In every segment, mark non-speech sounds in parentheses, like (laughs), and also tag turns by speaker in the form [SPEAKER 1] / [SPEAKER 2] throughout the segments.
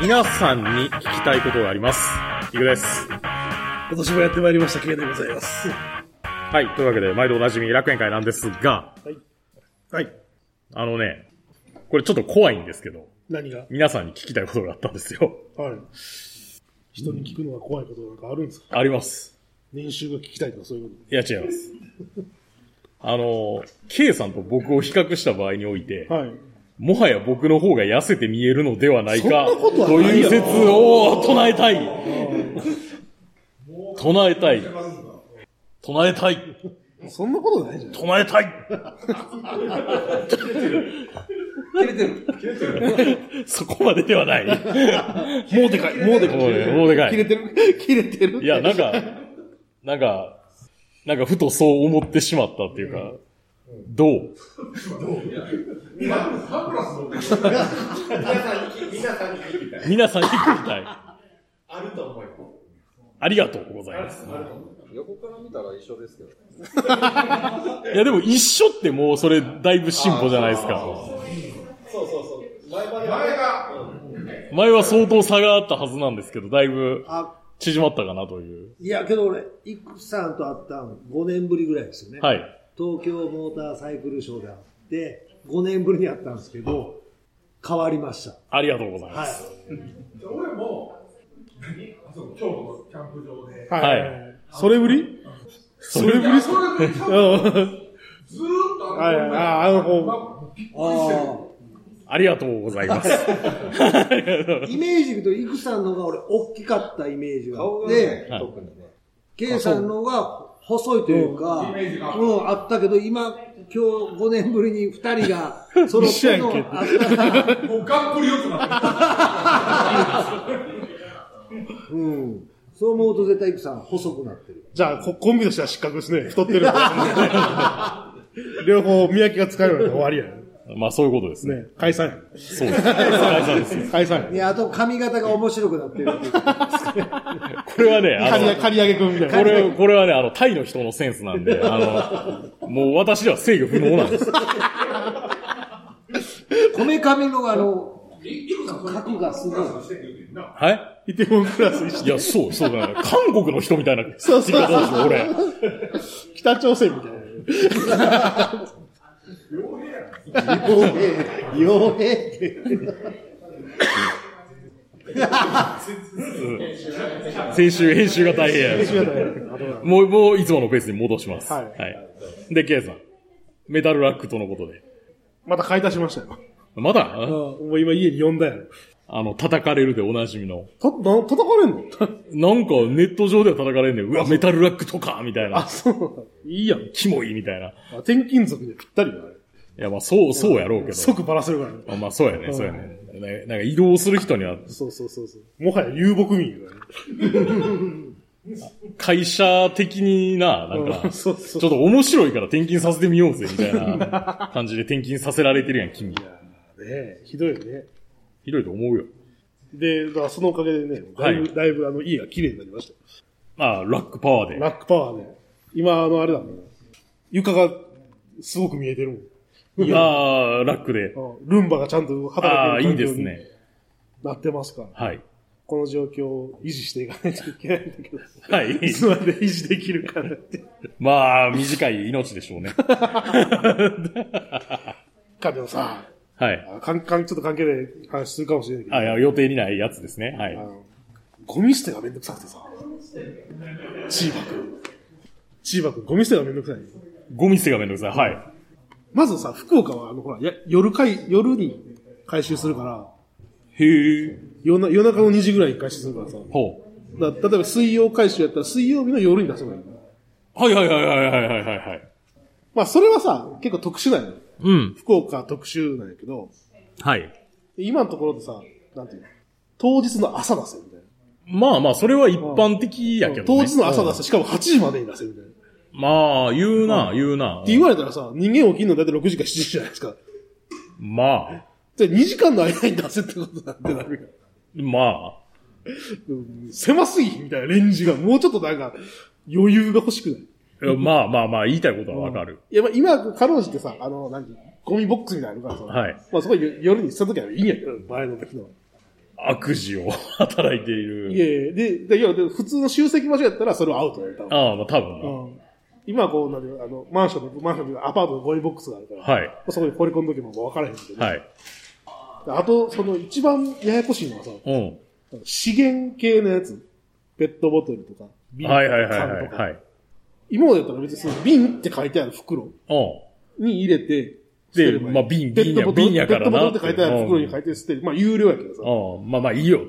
[SPEAKER 1] 皆さんに聞きたいことがあります。いくです。
[SPEAKER 2] 今年もやってまいりました、K でございます。
[SPEAKER 1] はい。というわけで、毎度おなじみ楽園会なんですが、
[SPEAKER 2] はい。
[SPEAKER 1] あのね、これちょっと怖いんですけど、
[SPEAKER 2] 何が
[SPEAKER 1] 皆さんに聞きたいことがあったんですよ。
[SPEAKER 2] はい。人に聞くのが怖いこと (laughs) なんかあるんですか
[SPEAKER 1] あります。
[SPEAKER 2] 年収が聞きたいとかそういうこ
[SPEAKER 1] いや、違います。あの、K さんと僕を比較した場合において
[SPEAKER 2] と。、はい。
[SPEAKER 1] もはや僕の方が痩せて見えるのではないか、
[SPEAKER 2] そんなことは
[SPEAKER 1] と
[SPEAKER 2] ない
[SPEAKER 1] いう
[SPEAKER 2] よ
[SPEAKER 1] 説を唱えたい。唱えたい。唱えたい。
[SPEAKER 2] そんなことないじゃない
[SPEAKER 1] 唱えたい。 (laughs) そこまでではない。
[SPEAKER 2] (laughs)
[SPEAKER 1] もうでかい、もうでかい。もうでかい。
[SPEAKER 2] てる (laughs) 切れてる
[SPEAKER 1] いや、なんか、なんか、なんかふとそう思ってしまったっていうか、どう皆さんに聞きたい。ありがとうございます。
[SPEAKER 3] 横から見たら一緒ですけどね。
[SPEAKER 1] いや、でも一緒ってもうそれだいぶ進歩じゃないですか。
[SPEAKER 3] そうそうそう。前まで
[SPEAKER 1] 前は相当差があったはずなんですけど、だいぶ
[SPEAKER 4] あ、
[SPEAKER 1] 縮まったかなという。
[SPEAKER 4] いや、けど俺、イクさんと会ったの5年ぶりぐらいですよね。
[SPEAKER 1] はい。
[SPEAKER 4] 東京モーターサイクルショーで会って、5年ぶりに会ったんですけど、変わりました。
[SPEAKER 1] ありがとうございま
[SPEAKER 4] はい
[SPEAKER 1] す。。
[SPEAKER 5] 俺も、何あそこ、今日のキャンプ場で。
[SPEAKER 1] はい
[SPEAKER 2] い。それぶりそれぶりっす
[SPEAKER 5] それで、ずーっ
[SPEAKER 2] うん。
[SPEAKER 5] と
[SPEAKER 2] はいはいああの子
[SPEAKER 5] ま
[SPEAKER 4] あ
[SPEAKER 1] ありがとうございます。
[SPEAKER 4] あ。イメージで言うと、イクさんの方が俺、大きかったイメージが
[SPEAKER 3] 顔
[SPEAKER 4] あ
[SPEAKER 3] が
[SPEAKER 4] って、
[SPEAKER 3] ね
[SPEAKER 1] はい、
[SPEAKER 3] 特にね。
[SPEAKER 4] ケイさんの方が細いというか、
[SPEAKER 5] イメージが
[SPEAKER 4] うん、あったけど、今、今日5年ぶりに2人が揃っ
[SPEAKER 2] 一緒
[SPEAKER 4] て
[SPEAKER 2] やん
[SPEAKER 4] の
[SPEAKER 2] け
[SPEAKER 4] あったから、
[SPEAKER 5] あもうがっぷりよくなって
[SPEAKER 4] うん。そう思うと絶対イクさん細くなってる。
[SPEAKER 2] じゃあ、こコンビとしては失格ですね。太ってる。両方、見分けがつかないので終わりや
[SPEAKER 1] (laughs) まあそういうことですね。
[SPEAKER 2] ね。解散
[SPEAKER 1] そうです。解散です
[SPEAKER 2] や。解散
[SPEAKER 4] い
[SPEAKER 2] や。
[SPEAKER 4] や、あと髪型が面白くなってる (laughs) っていうか。
[SPEAKER 1] これはね、あ
[SPEAKER 2] 刈り
[SPEAKER 1] の
[SPEAKER 2] 上げ、刈り上げ君みたいな。
[SPEAKER 1] これ、これはね、あの、タイの人のセンスなんで、あの、もう私では制御不能なんです。
[SPEAKER 4] こめかみのあの、
[SPEAKER 5] る。いくさん、それ
[SPEAKER 4] 角がすごい。
[SPEAKER 5] してるけどな。
[SPEAKER 1] は
[SPEAKER 2] イテウォンクラス一緒
[SPEAKER 1] いいや、そう、そうだね。韓国の人みたいな。
[SPEAKER 2] そうそう
[SPEAKER 1] どうでしょう、俺。
[SPEAKER 2] 北朝鮮みたいな。
[SPEAKER 4] 傭兵、傭兵って。
[SPEAKER 1] 先週編集が大変。もう、もういつものペースに戻します。
[SPEAKER 2] はい
[SPEAKER 1] はい。で、ケイさん。メタルラックとのことで。
[SPEAKER 2] また買い足しましたよ。
[SPEAKER 1] まだ
[SPEAKER 2] もう今家に呼んだやろ。
[SPEAKER 1] あの、叩かれるでおなじみの。
[SPEAKER 2] と、な、叩かれんの
[SPEAKER 1] なんかネット上では叩かれんねん。うわ、メタルラックとかみたいな。
[SPEAKER 2] そう。いいやん。
[SPEAKER 1] キモいみたいな。い
[SPEAKER 2] あ転勤族にぴったりだ、あれ。
[SPEAKER 1] や、まあ、そう、そうやろうけど。
[SPEAKER 2] 即バラせるからね。
[SPEAKER 1] まあまあ、そうやね、そうやね。ななんか移動する人には、
[SPEAKER 2] そうそうそうそう。もはや遊牧民やからね。
[SPEAKER 1] 会社的にな、なん
[SPEAKER 2] う
[SPEAKER 1] か、
[SPEAKER 2] ん
[SPEAKER 1] ちょ
[SPEAKER 2] そ
[SPEAKER 1] っ
[SPEAKER 2] うそう
[SPEAKER 1] と面白いから転勤させてみようぜ、みたいな感じで転勤させられてるやん、君。
[SPEAKER 2] ねえ、ひどいよね。
[SPEAKER 1] ひどいと思うよ。
[SPEAKER 2] で、だからそのおかげでね、だいぶ、
[SPEAKER 1] はい
[SPEAKER 2] だいぶあの家が綺麗になりましたよ。
[SPEAKER 1] まあ、ラックパワーで。
[SPEAKER 2] ラックパワーね。今、あの、あれだもん。床がすごく見えてるもん。
[SPEAKER 1] ああ、ラックで。
[SPEAKER 2] あルンバがちゃんと
[SPEAKER 1] ああ、
[SPEAKER 2] 働い
[SPEAKER 1] い
[SPEAKER 2] て
[SPEAKER 1] い
[SPEAKER 2] る
[SPEAKER 1] です
[SPEAKER 2] 環境に
[SPEAKER 1] ね。
[SPEAKER 2] なってますから。
[SPEAKER 1] はい。
[SPEAKER 2] この状況を維持していかないといけないんだけど、
[SPEAKER 1] はい。
[SPEAKER 2] (laughs) いつまで維持できるかなって
[SPEAKER 1] まあ、短い命でしょうね。
[SPEAKER 2] か、でもさ、
[SPEAKER 1] はい。
[SPEAKER 2] かんかんちょっと関係ない話するかもしれないけど、
[SPEAKER 1] あいや予定にないやつですね。は
[SPEAKER 2] あ
[SPEAKER 1] い。
[SPEAKER 2] のゴミ捨てがめんどくさくてさ、チーバくん。チーバくん、ゴミ捨てがめんどくさい。
[SPEAKER 1] ゴミ捨てがめんどくさい。はい。
[SPEAKER 2] まずさ、福岡は、あの、ほら、や夜かい、夜に回収するから、
[SPEAKER 1] へえ。
[SPEAKER 2] 夜な夜中の2時ぐらいに回収するからさ、
[SPEAKER 1] ほう。
[SPEAKER 2] だ例えば水曜回収やったら水曜日の夜に出せばいい。
[SPEAKER 1] はいはいはいはいはいはいはいはい。
[SPEAKER 2] まあ、それはさ、結構特殊なんよ。
[SPEAKER 1] うん。
[SPEAKER 2] 福岡特殊なんやけど、
[SPEAKER 1] はい。
[SPEAKER 2] 今のところでさ、なんていうの当日の朝出せみたいな。
[SPEAKER 1] まあまあ、それは一般的やけど
[SPEAKER 2] 当
[SPEAKER 1] ね。
[SPEAKER 2] 日の朝出せ、しかも8時までに出せみたいな。っ
[SPEAKER 1] まあ、言うな、言うな。
[SPEAKER 2] て言われたらさ、人間起きるのだいたい6時か7時じゃないですか。
[SPEAKER 1] まあ、
[SPEAKER 2] で、2時間の間に出せってことなんてなるよ
[SPEAKER 1] ま
[SPEAKER 2] うん狭すぎみたいなレンジが。もうちょっとなんか、余裕が欲しくない。
[SPEAKER 1] あ、まあまあまあ、言いたいことはわかる。
[SPEAKER 2] いや、まあ今、かろうじてさ、あの、何ゴミボックスみたいなのあるからさ。
[SPEAKER 1] はい
[SPEAKER 2] まあそこよ夜にした時はいいんやけど、前の時の。
[SPEAKER 1] 悪事を働いてい
[SPEAKER 2] い
[SPEAKER 1] る。
[SPEAKER 2] やいや、で、でいや、で普通の集積場所やったらそれはアウトやったわ。
[SPEAKER 1] ああ、まあ多分な。
[SPEAKER 2] うん。今はこう、なんていうのあの、マンションの、マンションというかアパートのゴミボックスがあるから、
[SPEAKER 1] はい。
[SPEAKER 2] そこに放り込んどけばもう分からへんけど、
[SPEAKER 1] はい。
[SPEAKER 2] あと、その一番ややこしいのはさ、
[SPEAKER 1] うん。
[SPEAKER 2] 資源系のやつ。ペットボトルとか、瓶とか
[SPEAKER 1] はいはいはい
[SPEAKER 2] 缶
[SPEAKER 1] はい。
[SPEAKER 2] とか。
[SPEAKER 1] はい。
[SPEAKER 2] 今までだったら別にその瓶って書いてある袋
[SPEAKER 1] う
[SPEAKER 2] に入れて、捨て
[SPEAKER 1] で
[SPEAKER 2] ればいい
[SPEAKER 1] まあ瓶
[SPEAKER 2] ペットボトル
[SPEAKER 1] 瓶やからな
[SPEAKER 2] ペットボトルって書いてある袋に書いて捨てる。まあ有料やけどさ。
[SPEAKER 1] ん。うん。まあまあいいよ。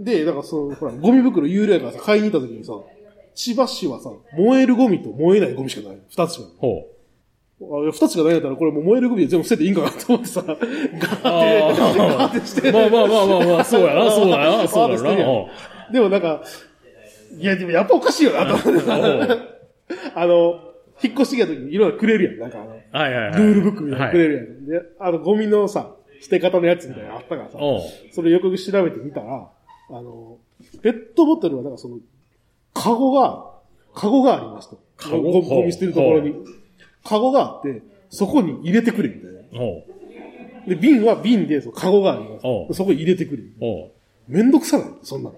[SPEAKER 2] で、だからその、ほら、ゴミ袋有料やからさ、買いに行った時にさ、千葉市はさ、燃えるゴミと燃えないゴミしかない。二つしかない。
[SPEAKER 1] ほう。
[SPEAKER 2] あいや二つしかないんだったら、これもう燃えるゴミで全部捨てていいんかなと思ってさ、 (laughs) ガーって、ガーってして。
[SPEAKER 1] まあまあまあまあまあ、そうやな、そう
[SPEAKER 2] (laughs)
[SPEAKER 1] やな、そうや
[SPEAKER 2] そうですね
[SPEAKER 1] な。うん
[SPEAKER 2] でもなんか、いや、でもやっぱおかしいよなと思ってさ、 (laughs) あの、引っ越してきた時にいろいろくれるやん。なんかあの、
[SPEAKER 1] はいはいはい。
[SPEAKER 2] ルールブックみたいなのくれ
[SPEAKER 1] る。
[SPEAKER 2] るやん。で、あの、ゴミのさ、捨て方のやつみたいなのあったからさ、
[SPEAKER 1] うん。
[SPEAKER 2] それよくよく調べてみたら、あの、ペットボトルはなんかその、カゴが、カゴがありますと。
[SPEAKER 1] カゴ
[SPEAKER 2] ゴミゴミ捨てるところに
[SPEAKER 1] ほ。
[SPEAKER 2] カゴがあって、そこに入れてくれ、みたいな。
[SPEAKER 1] ほ
[SPEAKER 2] で、瓶は瓶で、そのカゴがあります
[SPEAKER 1] ほ。う
[SPEAKER 2] そこに入れてくれ。
[SPEAKER 1] う。ほう。
[SPEAKER 2] めんどくさないそんなの。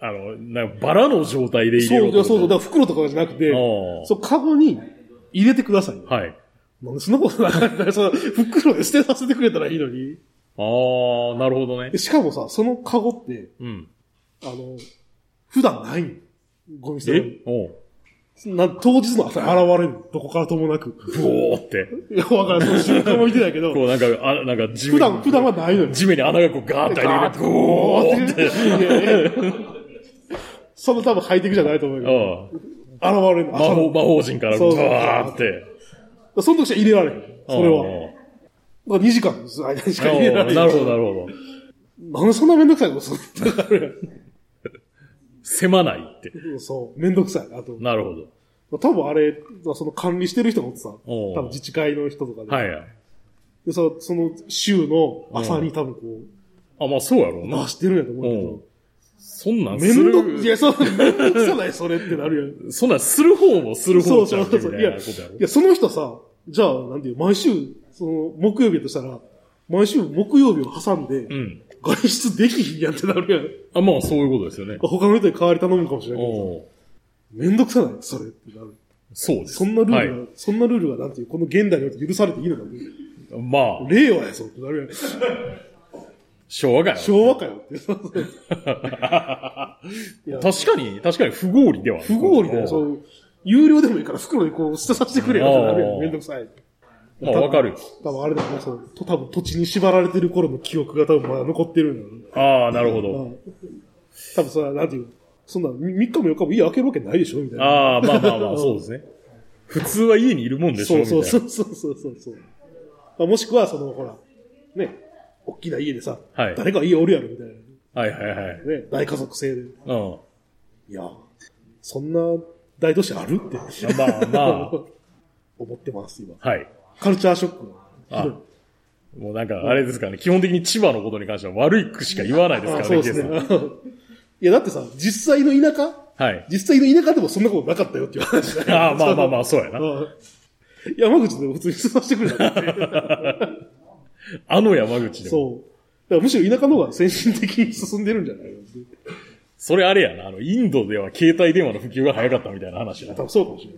[SPEAKER 1] あの、なんかバラの状態で入れ
[SPEAKER 2] そう
[SPEAKER 1] よ
[SPEAKER 2] そううそう
[SPEAKER 1] と
[SPEAKER 2] そう。だ
[SPEAKER 1] 思って
[SPEAKER 2] から袋とかじゃなくて
[SPEAKER 1] ほ、う
[SPEAKER 2] そう、カゴに入れてください。
[SPEAKER 1] はい。
[SPEAKER 2] なんでそんなことなかったら、その袋で捨てさせてくれたらいいのに。
[SPEAKER 1] ああ、なるほどね
[SPEAKER 2] で。しかもさ、そのカゴって、
[SPEAKER 1] うん。
[SPEAKER 2] あの、普段ないんゴミ捨て場に
[SPEAKER 1] えおう。
[SPEAKER 2] な、当日の朝に現れる。どこからともなく。
[SPEAKER 1] ブオーって。
[SPEAKER 2] いや、わからん。その瞬間も見てないけど、
[SPEAKER 1] こうなんか、あ、なんか地面に
[SPEAKER 2] 普段、普段はないのに。
[SPEAKER 1] 地面に穴がこうガーッて開いてて、ゴーって。
[SPEAKER 2] その多分ハイテクじゃないと思うけど、
[SPEAKER 1] うん。
[SPEAKER 2] 現れるの。
[SPEAKER 1] 魔
[SPEAKER 2] 朝
[SPEAKER 1] 法、魔法陣から
[SPEAKER 2] そうそう
[SPEAKER 1] ガーって。
[SPEAKER 2] のその時は入れられる。それ
[SPEAKER 1] うん
[SPEAKER 2] は。。だから2時間の間にしか入れら
[SPEAKER 1] う
[SPEAKER 2] れ
[SPEAKER 1] ん
[SPEAKER 2] な。
[SPEAKER 1] ないるほど、なるほど。
[SPEAKER 2] なんでそんなめんどくさいのそのだから
[SPEAKER 1] 狭ないって。
[SPEAKER 2] そう、めんどくさい。あと、
[SPEAKER 1] なるほど。
[SPEAKER 2] 多分あれ、その管理してる人がおってさ、
[SPEAKER 1] おう
[SPEAKER 2] 多分自治会の人とかで。
[SPEAKER 1] はいはい。
[SPEAKER 2] でそのその週の朝に多分こ
[SPEAKER 1] あ、まあそうやろう
[SPEAKER 2] う、
[SPEAKER 1] な
[SPEAKER 2] 出。してるんやと思うけ
[SPEAKER 1] う
[SPEAKER 2] ど
[SPEAKER 1] ん。。そんなんす
[SPEAKER 2] めんど
[SPEAKER 1] る
[SPEAKER 2] く、いや、そう、めんどくさない、それってなる
[SPEAKER 1] そんなんする方もす
[SPEAKER 2] や
[SPEAKER 1] る
[SPEAKER 2] ん。そ
[SPEAKER 1] 方
[SPEAKER 2] う
[SPEAKER 1] ちゃ
[SPEAKER 2] そ
[SPEAKER 1] み
[SPEAKER 2] うう
[SPEAKER 1] たい
[SPEAKER 2] そう。いや、
[SPEAKER 1] なことやろ
[SPEAKER 2] い。や、その人さ、じゃあ、なんていう、毎週、その、木曜日やとしたら、毎週木曜日を挟んで
[SPEAKER 1] う、ん。
[SPEAKER 2] 外出できひんやんってなる
[SPEAKER 1] あ、
[SPEAKER 2] やん。
[SPEAKER 1] まあそういうことですよね。
[SPEAKER 2] 他の人に代わり頼むかもしれないけど、
[SPEAKER 1] おう
[SPEAKER 2] めんどくさない、それってなる。
[SPEAKER 1] そうです。
[SPEAKER 2] そんなルールが、
[SPEAKER 1] はい
[SPEAKER 2] そんなルールがなんていう、この現代によって許されていいのか、
[SPEAKER 1] まあ、
[SPEAKER 2] 令和やぞってなるやん。
[SPEAKER 1] 昭和がよ。
[SPEAKER 2] 昭和かよって。そうそう
[SPEAKER 1] 確
[SPEAKER 2] 和
[SPEAKER 1] かに、確かに不合理ではある
[SPEAKER 2] 不合理だ
[SPEAKER 1] う
[SPEAKER 2] よ、
[SPEAKER 1] ん
[SPEAKER 2] そう。有料でもいいから袋にこう捨てさせてくれよってなるや
[SPEAKER 1] うん
[SPEAKER 2] ん。めんどくさい。
[SPEAKER 1] まあわかるよ。
[SPEAKER 2] 多分あれだよね、そう。と多分土地に縛られてる頃の記憶が多分まだ残ってるんだろうね
[SPEAKER 1] ああ、なるほ
[SPEAKER 2] う
[SPEAKER 1] ど。
[SPEAKER 2] ん。多分それは、なんていう、そんな、3日も4日も家開けるわけないでしょみたいな。
[SPEAKER 1] ああ、まあまあまあ、そうですね。普通は家にいるもんでしょ
[SPEAKER 2] そう
[SPEAKER 1] みたい
[SPEAKER 2] そう
[SPEAKER 1] な。
[SPEAKER 2] そうそうそうそうそう。まあ、もしくは、その、ほら、ね、大きな家でさ、
[SPEAKER 1] はい
[SPEAKER 2] 誰か家おるやろみたい
[SPEAKER 1] はいはいはい。
[SPEAKER 2] な。ね、大家族制で。
[SPEAKER 1] うん。
[SPEAKER 2] いや、そんな大都市あるって。
[SPEAKER 1] まあまあ
[SPEAKER 2] (laughs) 思ってます、今。
[SPEAKER 1] はい。
[SPEAKER 2] カルチャーショックが
[SPEAKER 1] あ
[SPEAKER 2] ひどい
[SPEAKER 1] もうなんか、あれですかね、基本的に千葉のことに関しては悪いくしか言わないです
[SPEAKER 2] あ
[SPEAKER 1] から
[SPEAKER 2] そう
[SPEAKER 1] ね、
[SPEAKER 2] です
[SPEAKER 1] ケイ
[SPEAKER 2] ね。 (laughs) いや、だってさ、実際の田舎
[SPEAKER 1] さんはい。
[SPEAKER 2] 実際の田舎でもそんなことなかったよっていう話だよ
[SPEAKER 1] (laughs) ああ、まあまあまあ、そうやな。
[SPEAKER 2] (laughs) うん山口でも普通に住ませてくれたって。
[SPEAKER 1] あの山口でも。
[SPEAKER 2] そう。だからむしろ田舎の方が先進的に進んでるんじゃないの
[SPEAKER 1] それあれやな、あの、インドでは携帯電話の普及が早かったみたいな話やな。
[SPEAKER 2] 多分そうかもし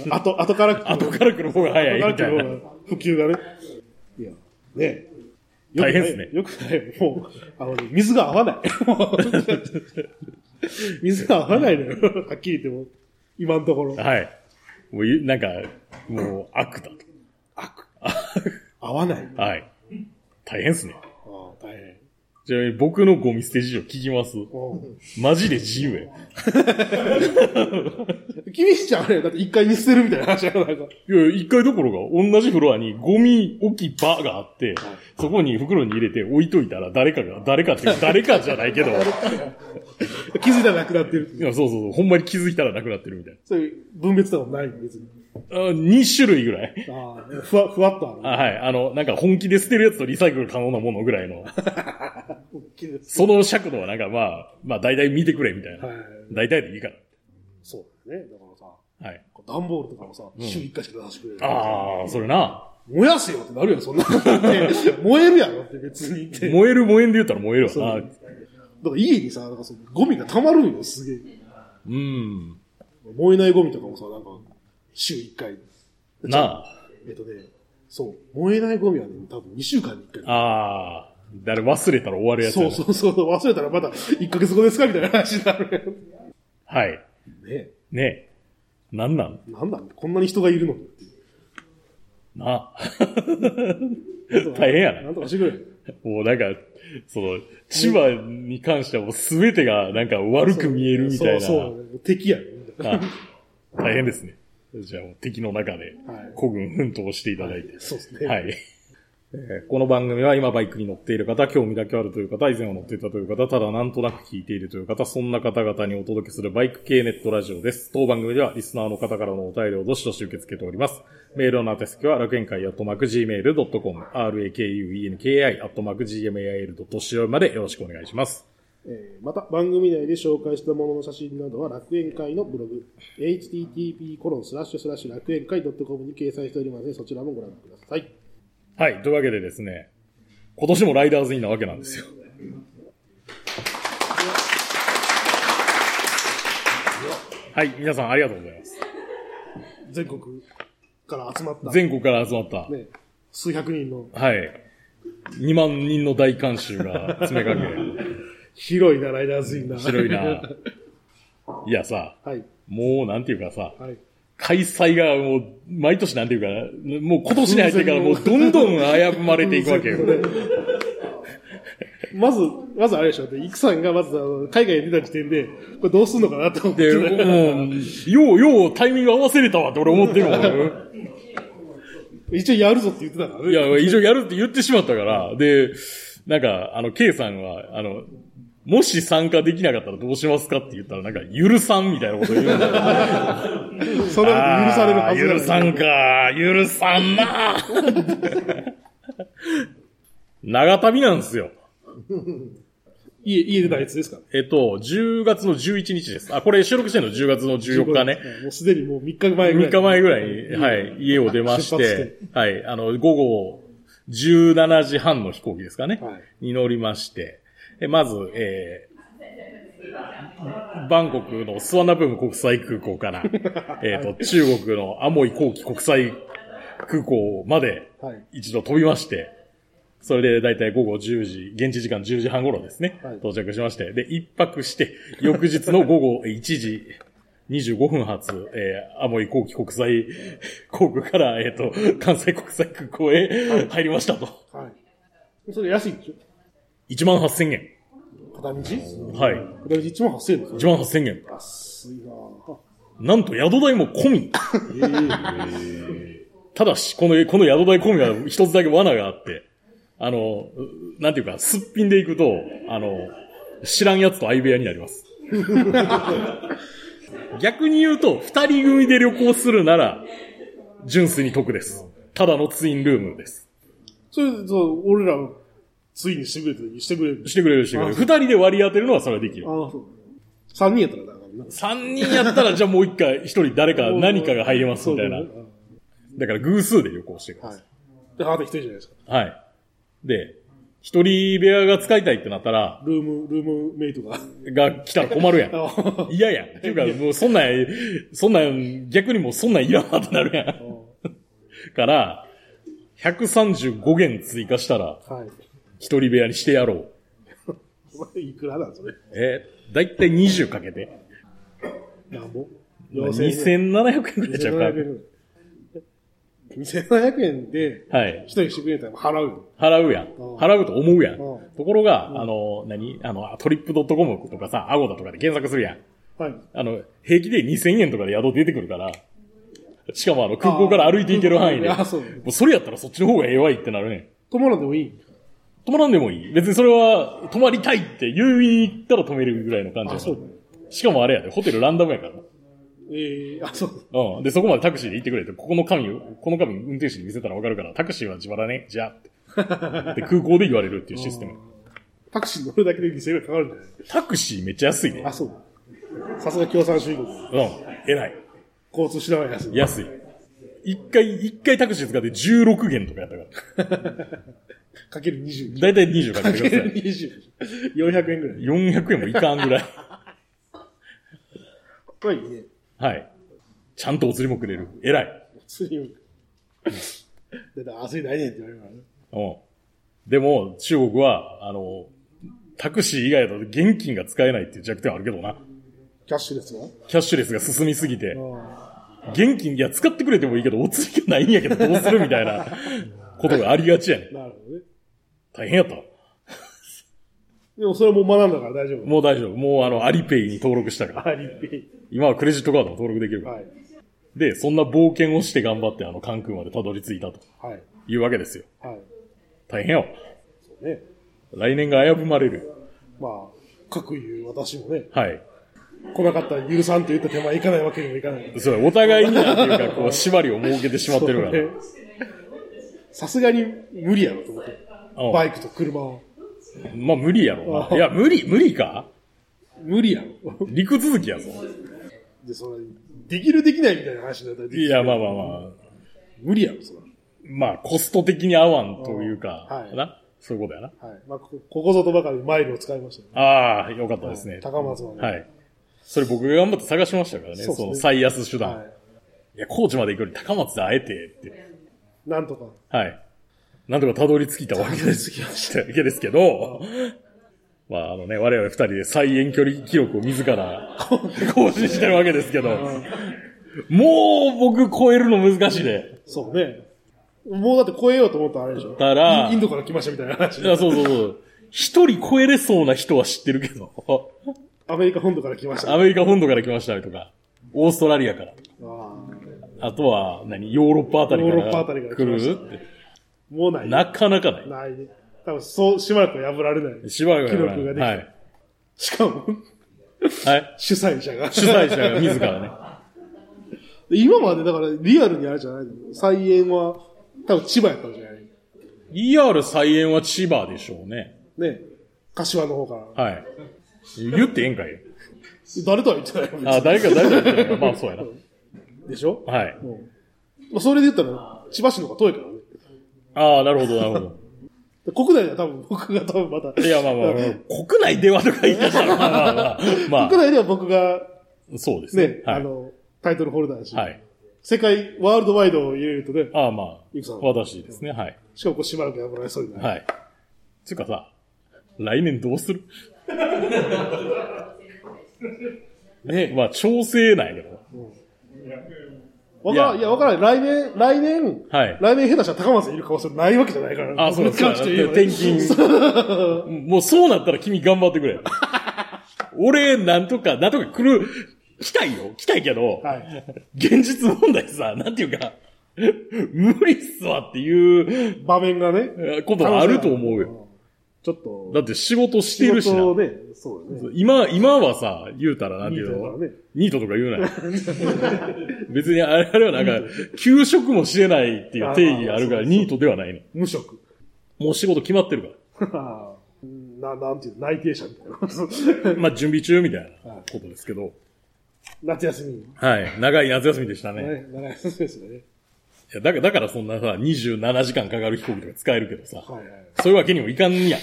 [SPEAKER 2] れないね。あと、後から来
[SPEAKER 1] (laughs)
[SPEAKER 2] る、
[SPEAKER 1] 後から来る方が早いみたいな。
[SPEAKER 2] 後から来る方が普及がね。いや、ねよくな
[SPEAKER 1] 大
[SPEAKER 2] い
[SPEAKER 1] 変ですね。
[SPEAKER 2] よくない。もう、あのね、水が合わない。 (laughs) もう水が合わないのよ。はっきり言っても。今のところ。
[SPEAKER 1] はい。もうゆ、なんか、もう、悪だと。
[SPEAKER 2] 悪。合わない。あ
[SPEAKER 1] はい。大変っすね。
[SPEAKER 2] あ、大変。
[SPEAKER 1] ちなみに僕のゴミ捨て事情聞きます。
[SPEAKER 2] うん
[SPEAKER 1] マジで自由や。
[SPEAKER 2] 君しちゃんあれよだって一回見捨てるみたいな話やからなんか。
[SPEAKER 1] いや、一回どころか、同じフロアにゴミ置き場があって、そこに袋に入れて置いといたら誰かが、誰かって、誰かじゃないけど、い
[SPEAKER 2] 気づいたらなくなってるっていう。
[SPEAKER 1] やそうそうそう、ほんまに気づいたらなくなってるみたい
[SPEAKER 2] そういう分別とかもない別に。
[SPEAKER 1] な。あ2種類ぐらい。
[SPEAKER 2] ああ、ふわ、ふわっと
[SPEAKER 1] あ
[SPEAKER 2] ある。
[SPEAKER 1] はい。あの、なんか本気で捨てるやつとリサイクル可能なものぐらいの、
[SPEAKER 2] 大きいです。
[SPEAKER 1] その尺度はなんかまあ、まあ大体見てくれみたい
[SPEAKER 2] はい
[SPEAKER 1] な。。大体でいいか
[SPEAKER 2] そうだよね。だからさ、
[SPEAKER 1] ら。はい。
[SPEAKER 2] 段ボールとかもさ、
[SPEAKER 1] ん
[SPEAKER 2] 週1回しか出させてくれる。
[SPEAKER 1] ああ、それな。
[SPEAKER 2] 燃やせよってなるやん、そんなのって。
[SPEAKER 1] (laughs)
[SPEAKER 2] 燃えるやろって別にって。だか
[SPEAKER 1] 燃える燃えんで言ったら燃えるわな。
[SPEAKER 2] ら家にさ、なんかそのゴミが溜まるんよ、すげえ。
[SPEAKER 1] うん。
[SPEAKER 2] 燃えないゴミとかもさ、なんか、週1回。
[SPEAKER 1] な
[SPEAKER 2] えっとね、そう、燃えないゴミはね、多分2週間に1
[SPEAKER 1] あ。ああ。誰忘れたら終わるや
[SPEAKER 2] 回。
[SPEAKER 1] つや
[SPEAKER 2] そ
[SPEAKER 1] な
[SPEAKER 2] うそうそう、忘れたらまた1ヶ月後ですかみたいな話になる
[SPEAKER 1] はい。
[SPEAKER 2] やん。ね
[SPEAKER 1] ねえ。なんなん
[SPEAKER 2] なんだこんなに人がいるのにっていう
[SPEAKER 1] な (laughs) 大変やな
[SPEAKER 2] なんとかしてくれ。
[SPEAKER 1] もうなんか、その、千葉に関してはもう全てがなんか悪く見えるみたいな。
[SPEAKER 2] そうそう、敵やね
[SPEAKER 1] あ大変ですね。じゃあもう敵の中で
[SPEAKER 2] はい、
[SPEAKER 1] 孤軍奮闘していただいて。
[SPEAKER 2] そうですね。
[SPEAKER 1] はい。えーこの番組は今バイクに乗っている方、興味だけあるという方、以前は乗っていたという方、ただなんとなく聞いているという方、そんな方々にお届けするバイク系ネットラジオです。当番組ではリスナーの方からのお便りをどしどし受け付けております。メールの宛先は楽園会アットマーク Gmail.com、rakuenki アットマーク Gmail.co までよろしくお願いします。
[SPEAKER 2] えーまた番組内で紹介したものの写真などは楽園会のブログ http コロンスラッシュスラッシュ楽園会 .com に掲載しておりますのでそちらもご覧ください
[SPEAKER 1] はい。というわけでですね、今年もライダーズインなわけなんですよ。はい。皆さんありがとうございます。
[SPEAKER 2] 全国から集まった、
[SPEAKER 1] 全国から集まった。
[SPEAKER 2] ね、数百人の
[SPEAKER 1] はい。2万人の大観衆が詰めかけ。
[SPEAKER 2] 広いなライダーズイン
[SPEAKER 1] (laughs)
[SPEAKER 2] な。
[SPEAKER 1] 白いないやさ、
[SPEAKER 2] (laughs) はい
[SPEAKER 1] もうなんていうかさ、
[SPEAKER 2] はい
[SPEAKER 1] 開催がもう、毎年なんていうかな、もう今年に入ってからもうどんどん危ぶまれていくわけよ。
[SPEAKER 2] まず、まずあれでしょ。で、イクさんがまず、あの海外に出た時点で、これどうすんのかなと思って。
[SPEAKER 1] で、もう、ようようタイミング合わせれたわって俺思ってるもん。
[SPEAKER 2] 一応やるぞって言ってたからね。
[SPEAKER 1] いや、以上やるって言ってしまったから、で、なんか、あの、K さんは、あの、もし参加できなかったらどうしますかって言ったら、なんか、許さんみたいなこと言うんだよ。
[SPEAKER 2] そんなこと許されるはずがない
[SPEAKER 1] 許さんか。許さんな。長旅なんですよ。
[SPEAKER 2] 家、家出たやつですから。
[SPEAKER 1] えっと、10月の11日です。あ、これ収録してるの10月の14日ね。
[SPEAKER 2] もうすでにもう3日前ぐらい。
[SPEAKER 1] 3日前ぐらいに、はい、家を出まし
[SPEAKER 2] 出発
[SPEAKER 1] て、はい、あの、午後17時半の飛行機ですかね、
[SPEAKER 2] はい
[SPEAKER 1] に乗りまして、えまず、えーバンコクのスワナブーム国際空港から、 (laughs) えっと、中国のアモイ後期国際空港まで
[SPEAKER 2] はい。
[SPEAKER 1] 一度飛びまして、それで大体午後10時、現地時間10時半頃ですね、
[SPEAKER 2] はい
[SPEAKER 1] 到着しまして、で、一泊して、翌日の午後1時25分発、えー、アモイ後期国際航空から、えっ、と、関西国際空港へ入りましたと。
[SPEAKER 2] はい。それ安いでしょ
[SPEAKER 1] 1万8000円。
[SPEAKER 2] 片道
[SPEAKER 1] はい。
[SPEAKER 2] 片道1万8000円です
[SPEAKER 1] 1万8000円。
[SPEAKER 2] 安いなぁ。
[SPEAKER 1] なんと宿代も込み。ただし、この、この宿代込みは一つだけ罠があって、あの、うなんていうか、すっぴんで行くと、あの、知らん奴と相部屋になり
[SPEAKER 2] (laughs)
[SPEAKER 1] ます。逆に言うと、二人組で旅行するなら、純粋に得です。ただのツインルームです。
[SPEAKER 2] それで、そう、俺ら、ついにしてくれて、してくれる。
[SPEAKER 1] してくれる、してくれる。二人で割り当てるのはそれはできる
[SPEAKER 2] あ。あ、そう。3人やったらだからな。
[SPEAKER 1] 三人やったら、じゃあもう一回、一人誰
[SPEAKER 2] (laughs)
[SPEAKER 1] か、何かが入ります、みたいな
[SPEAKER 2] そう。そう
[SPEAKER 1] だから偶数で旅行してください
[SPEAKER 2] はい。で、あなた一人じゃないですか。
[SPEAKER 1] はい。で、一人部屋が使いたいってなったら、
[SPEAKER 2] ルーム、ルームメイ (laughs) トが。
[SPEAKER 1] が来たら困るや (laughs) ん。
[SPEAKER 2] あ
[SPEAKER 1] 嫌やん。っていうか、もうそんなん、そんなん、逆にもうそんなんいらんわってなるやん。 (laughs) から、135元追加したら、
[SPEAKER 2] あはい。
[SPEAKER 1] 一人部屋にしてやろう。
[SPEAKER 2] お前いくらなんそれ。
[SPEAKER 1] えー、だいたい20かけて。
[SPEAKER 2] なんぼ
[SPEAKER 1] 2700
[SPEAKER 2] 円。
[SPEAKER 1] 円くらいちゃう
[SPEAKER 2] 2700円。2700円で、
[SPEAKER 1] か。はい
[SPEAKER 2] 一。人してくれたら払うよ。
[SPEAKER 1] 払うやん。
[SPEAKER 2] ん
[SPEAKER 1] 払うと思うやん。
[SPEAKER 2] うん
[SPEAKER 1] ところが、あの、何あの、トリップドットコムとかさ、アゴだとかで検索するやん。
[SPEAKER 2] はい。
[SPEAKER 1] あの、平気で2000円とかで宿出てくるから、しかもあの、空港から歩いていける範囲で。
[SPEAKER 2] あーそう
[SPEAKER 1] もうそれやったらそっちの方がええわいってなるね。
[SPEAKER 2] 泊まらんでもいい
[SPEAKER 1] 泊まらんでもいい。別にそれは、泊まりたいって言いに行ったら泊めるぐらいの感じ
[SPEAKER 2] あ、
[SPEAKER 1] やか
[SPEAKER 2] そ
[SPEAKER 1] ら
[SPEAKER 2] うだ。
[SPEAKER 1] しかもあれやで、ホテルランダムやから。
[SPEAKER 2] ええあ、そう。
[SPEAKER 1] うん。で、そこまでタクシーで行ってくれって、ここの紙を、この紙運転手に見せたらわかるから、タクシーは自腹ね、じゃあって。で、空港で言われるっていうシステム。
[SPEAKER 2] タクシー乗るだけで2000円かかるんじゃない
[SPEAKER 1] タクシーめっちゃ安いね。
[SPEAKER 2] あ、そうだ。さすが共産主義国。
[SPEAKER 1] うん。偉い。
[SPEAKER 2] 交通手段は安い。
[SPEAKER 1] 安い。一回、一回タクシー使って16元とかやったから。
[SPEAKER 2] かける20。
[SPEAKER 1] だいたい20かけ
[SPEAKER 2] か
[SPEAKER 1] て
[SPEAKER 2] け
[SPEAKER 1] くださ
[SPEAKER 2] る
[SPEAKER 1] い。
[SPEAKER 2] 20。400円ぐらい。
[SPEAKER 1] 400円もいかんぐらい。
[SPEAKER 2] これいいね。
[SPEAKER 1] はい。ちゃんとお釣りもくれる。偉い。
[SPEAKER 2] 普通に。だって焦りないねんって言われるからね。
[SPEAKER 1] うん。でも、中国は、あの、タクシー以外だと現金が使えないっていう弱点はあるけどな。
[SPEAKER 2] キャッシュレスは
[SPEAKER 1] キャッシュレスが進みすぎて、
[SPEAKER 2] あ
[SPEAKER 1] 現金、いや、使ってくれてもいいけど、お釣りがないんやけど、どうするみたいなことがありがちやねん
[SPEAKER 2] あ。。なるほどね。
[SPEAKER 1] 大変やったわ。
[SPEAKER 2] でもそれはもう学んだから大丈夫。
[SPEAKER 1] もう大丈夫。もう、あの、アリペイに登録したから。
[SPEAKER 2] アリペイ。
[SPEAKER 1] 今はクレジットカードも登録できるから。
[SPEAKER 2] はい。
[SPEAKER 1] で、そんな冒険をして頑張って、あの、関空までたどり着いたと
[SPEAKER 2] はい。
[SPEAKER 1] いうわけですよ。
[SPEAKER 2] はい。
[SPEAKER 1] 大変よ。
[SPEAKER 2] そうね。
[SPEAKER 1] 来年が危ぶまれる。
[SPEAKER 2] まあ、各言う私もね、
[SPEAKER 1] はい。
[SPEAKER 2] 来なかったら許さんと言った手前行かないわけにもいかない。
[SPEAKER 1] それ、お互いになんていうか、こう、縛りを設けてしまってる
[SPEAKER 2] (laughs)
[SPEAKER 1] から。
[SPEAKER 2] さすがに無理やろと思って。
[SPEAKER 1] うん
[SPEAKER 2] バイクと車は。
[SPEAKER 1] まあ無理やろ
[SPEAKER 2] あ
[SPEAKER 1] な。いや、無理、無理か
[SPEAKER 2] 無理やろ。
[SPEAKER 1] 陸続きやぞ。
[SPEAKER 2] で、それ、できるできないみたいな話になったら、
[SPEAKER 1] いや、まあまあまあ。
[SPEAKER 2] 無理やろ、それ。
[SPEAKER 1] まあ、コスト的に合わんというか、
[SPEAKER 2] うんはい
[SPEAKER 1] な。そういうことやな。
[SPEAKER 2] はい。まあ、こここぞとばかりにマイルを使いましたね。
[SPEAKER 1] ああ、よかったですね。
[SPEAKER 2] 高松まで。
[SPEAKER 1] はい。それ僕が頑張って探しましたからね、
[SPEAKER 2] そ
[SPEAKER 1] そ
[SPEAKER 2] うですね
[SPEAKER 1] の最安手段。、
[SPEAKER 2] はいい。
[SPEAKER 1] や、高知まで行くより高松で会えてって。
[SPEAKER 2] なんとか。
[SPEAKER 1] はい。なんとかたどり着いたわけですけですけど、まああのね、我々二人で最遠距離記録を自ら更新してるわけですけど、もう僕超えるの難しいで、
[SPEAKER 2] そうね。もうだって超えようと思ったらあれでしょ。
[SPEAKER 1] たら
[SPEAKER 2] インインドから来ましたみたいな話
[SPEAKER 1] い。や、そうそうそう。一人超えれそうな人は知ってるけど、
[SPEAKER 2] アメリカ本土から来ました。
[SPEAKER 1] ア
[SPEAKER 2] あ
[SPEAKER 1] メリカ本土から来ましたりとか、オーストラリアから、
[SPEAKER 2] あ
[SPEAKER 1] あとは何、ヨーロッパあたりか
[SPEAKER 2] ヨーロッパあたりからら
[SPEAKER 1] 来
[SPEAKER 2] 来ました
[SPEAKER 1] る
[SPEAKER 2] ね
[SPEAKER 1] っ
[SPEAKER 2] もうな
[SPEAKER 1] て、
[SPEAKER 2] い。
[SPEAKER 1] なかなかな
[SPEAKER 2] ないね。多分、そう、しばらくは破られない
[SPEAKER 1] い。。しばらく
[SPEAKER 2] 記録ができた
[SPEAKER 1] はい。
[SPEAKER 2] しかも、 (laughs)
[SPEAKER 1] はい。
[SPEAKER 2] 主催者が。
[SPEAKER 1] 主催者が自らね。
[SPEAKER 2] (laughs) 今までだから、リアルにあれじゃないの再演は、多分千葉やったんじゃない
[SPEAKER 1] ER 再演は千葉でしょうね。
[SPEAKER 2] ね。柏の方から。
[SPEAKER 1] はい。言ってええんかい
[SPEAKER 2] 誰とは言ってない
[SPEAKER 1] あ、
[SPEAKER 2] よ
[SPEAKER 1] 誰か誰か言ってんのかまあそうやな。
[SPEAKER 2] 別にでしょ
[SPEAKER 1] はい。
[SPEAKER 2] まあ、それで言ったら、千葉市の方が遠いからね。
[SPEAKER 1] ああ、なるほど、なるほど。
[SPEAKER 2] で国内では多分、僕が多分また。
[SPEAKER 1] いや、まあまあ、国内ではとか言い出したら、まあまあまあ、ま
[SPEAKER 2] 国内では僕が、
[SPEAKER 1] あ、そうですね。
[SPEAKER 2] ね、
[SPEAKER 1] は
[SPEAKER 2] あ
[SPEAKER 1] い。
[SPEAKER 2] の、タイトルホルダーだし、
[SPEAKER 1] はい。
[SPEAKER 2] 世界、ワールドワイドを入れるとね、
[SPEAKER 1] ああ、まあ
[SPEAKER 2] いくさん、
[SPEAKER 1] 私ですね、はい。
[SPEAKER 2] しかもこうしばらく破られそうになる。
[SPEAKER 1] はい。つうかさ、来年どうする (laughs) ねまあ、調整なんやけど。
[SPEAKER 2] わからん、
[SPEAKER 1] いや
[SPEAKER 2] いや、わからん。来年、来年、
[SPEAKER 1] はい
[SPEAKER 2] 来年下手したら高松にいる可能性ないわけじゃないから。
[SPEAKER 1] あ、そうです
[SPEAKER 2] か。
[SPEAKER 1] か。
[SPEAKER 2] ちょっと言えばね
[SPEAKER 1] 転勤。もうそうなったら君頑張ってくれ。俺、なんとか、なんとか来る、来たいよ。来たいけど、
[SPEAKER 2] はい。
[SPEAKER 1] 現実問題さ、なんていうか、無理っすわっていう
[SPEAKER 2] 場面がね、
[SPEAKER 1] えことがあると思うよ。
[SPEAKER 2] ちょっと、
[SPEAKER 1] だって仕事してるし
[SPEAKER 2] 仕事
[SPEAKER 1] な
[SPEAKER 2] を。ね、そうだね。
[SPEAKER 1] 今、今はさ、言うたらなんていう
[SPEAKER 2] ニートだ
[SPEAKER 1] の
[SPEAKER 2] からね
[SPEAKER 1] ニートとか言うなよ。
[SPEAKER 2] (laughs)
[SPEAKER 1] 別にあれあれはなんか、休職もしてないっていう定義があるから、
[SPEAKER 2] あーそうそう
[SPEAKER 1] ニートではないの。
[SPEAKER 2] 無職。 (laughs)
[SPEAKER 1] もう仕事決まってるから。
[SPEAKER 2] な、なんていうの、内定者みたい
[SPEAKER 1] (laughs)
[SPEAKER 2] な。
[SPEAKER 1] まあ、準備中みたいなことですけど。
[SPEAKER 2] 夏休み。
[SPEAKER 1] はい。長い夏休みでしたね。い
[SPEAKER 2] ね、長い夏休みですね。
[SPEAKER 1] やだからだからそんなさ、27時間かかる飛行機とか使えるけどさ、
[SPEAKER 2] はいはい。
[SPEAKER 1] そういうわけにもいかんやん。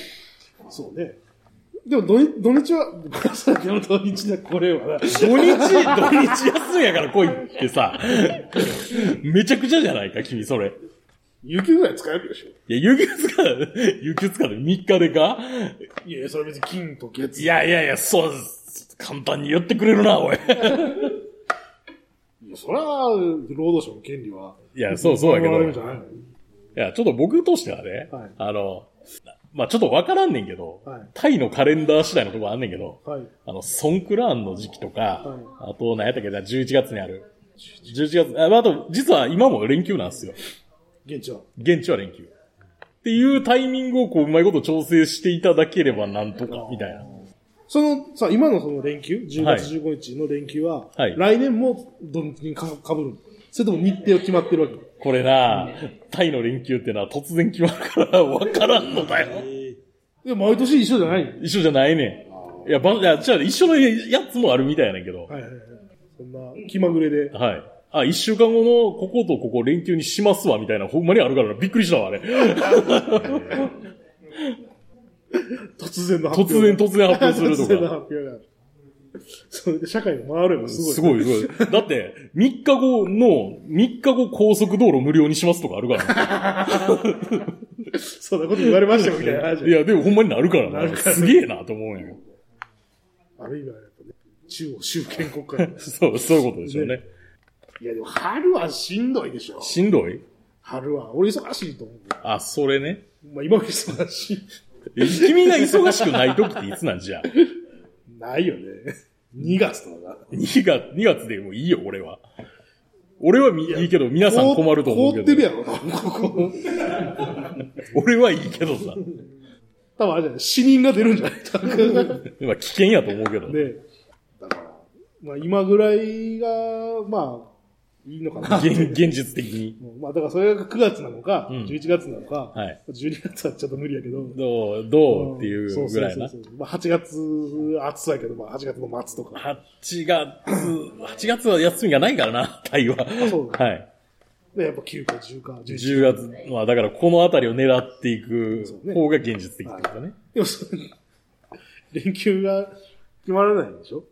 [SPEAKER 2] そうね。でも土日、土日は、 (laughs) でも土日だ、これはな。
[SPEAKER 1] 土日、 (laughs) 土日休みやから来いってさ、めちゃくちゃじゃないか、君それ。
[SPEAKER 2] 雪ぐらい使えるでしょ。
[SPEAKER 1] いや、有給使う、有給使うで3日でか
[SPEAKER 2] いやいや、それは別に金と月。
[SPEAKER 1] いやいやいや、そう、簡単に言ってくれるな、おい。
[SPEAKER 2] いやそれは、労働者の権利は。
[SPEAKER 1] いや、そうそうやけ
[SPEAKER 2] 守ら
[SPEAKER 1] ど。
[SPEAKER 2] れるん
[SPEAKER 1] い
[SPEAKER 2] じゃないの
[SPEAKER 1] や、ちょっと僕としてはね、
[SPEAKER 2] はい
[SPEAKER 1] あの、まあちょっとわからんねんけど、
[SPEAKER 2] はい
[SPEAKER 1] タイのカレンダー次第のとこあんねんけど、
[SPEAKER 2] はい。
[SPEAKER 1] あの、ソンクラーンの時期とか、
[SPEAKER 2] は
[SPEAKER 1] あと、何やったっけな、11月にある。11月、あまああと、実は今も連休なんですよ。
[SPEAKER 2] 現地は。
[SPEAKER 1] 現地は連休。っていうタイミングをこう、うまいこと調整していただければなんとか、みたいな。
[SPEAKER 2] その、さ、今のその連休、10
[SPEAKER 1] はい
[SPEAKER 2] 月15日の連休は、
[SPEAKER 1] はい
[SPEAKER 2] 来年も土日にかかぶるのそれとも日程は決まってるわけ
[SPEAKER 1] これな、タイの連休ってのは突然決まるから、わからんのだよ。
[SPEAKER 2] いや、毎年一緒じゃないの
[SPEAKER 1] 一緒じゃないねん。いや、ば、いや、違う、一緒のやつもあるみたいやねんけど。
[SPEAKER 2] はいはいはい。そんな、気まぐれで。
[SPEAKER 1] はい。あ、一週間後のこことここ連休にしますわ、みたいな、ほんまにあるからな。びっくりしたわ、あれ。
[SPEAKER 2] 突然の
[SPEAKER 1] 突然、突然発表すると
[SPEAKER 2] 突然の発
[SPEAKER 1] か。
[SPEAKER 2] 表がある。それで社会が回るのがすごい。
[SPEAKER 1] すごい、すごい。だって、3日後の、3日後高速道路無料にしますとかあるからな。
[SPEAKER 2] そんなこと言われましたよみたいな話。
[SPEAKER 1] いや、でもほんまになるからな。すげえな、と思うんやけど。
[SPEAKER 2] ある意味はやっぱね、中央集権国家。
[SPEAKER 1] そう、そういうことでしょうね。
[SPEAKER 2] いやでも春はしんどいでしょ。
[SPEAKER 1] しんどい
[SPEAKER 2] 春は。俺忙しいと思う。
[SPEAKER 1] あ、それね。
[SPEAKER 2] まあ今も忙しい。
[SPEAKER 1] え君が忙しくない時っていつなんじゃあ。
[SPEAKER 2] ないよね。2月とか
[SPEAKER 1] 2月、2月でもいいよ、俺は。俺はいいけど、皆
[SPEAKER 2] な。
[SPEAKER 1] さん困ると思う
[SPEAKER 2] 凍
[SPEAKER 1] け
[SPEAKER 2] ってるや
[SPEAKER 1] ど。
[SPEAKER 2] ろ、ここ。
[SPEAKER 1] 俺はいいけどさ。
[SPEAKER 2] 多分あれじゃない死人が出るんじゃない多分ね
[SPEAKER 1] まあ危険やと思うけど。
[SPEAKER 2] だから、まあ今ぐらいが、まあ、いいのか
[SPEAKER 1] (laughs)
[SPEAKER 2] な。
[SPEAKER 1] 現現実的に。
[SPEAKER 2] もうまあだからそれが9月なのか、
[SPEAKER 1] うん
[SPEAKER 2] 11月なのか、
[SPEAKER 1] はい
[SPEAKER 2] 12月はちょっと無理やけど、
[SPEAKER 1] どう、どうっていうぐらいな。
[SPEAKER 2] そうそうそうそうまあ8月、暑そうやけど、まあ8月の末とか。
[SPEAKER 1] 8月、8月は休みがないからな、 (laughs) タイは。
[SPEAKER 2] そうだ
[SPEAKER 1] はい。
[SPEAKER 2] で、やっぱ9か10か11
[SPEAKER 1] 10月、まあだからこのあたりを狙っていく
[SPEAKER 2] そうね
[SPEAKER 1] 方が現実的ってことね。
[SPEAKER 2] でもそれ、連休が決まらないんでしょ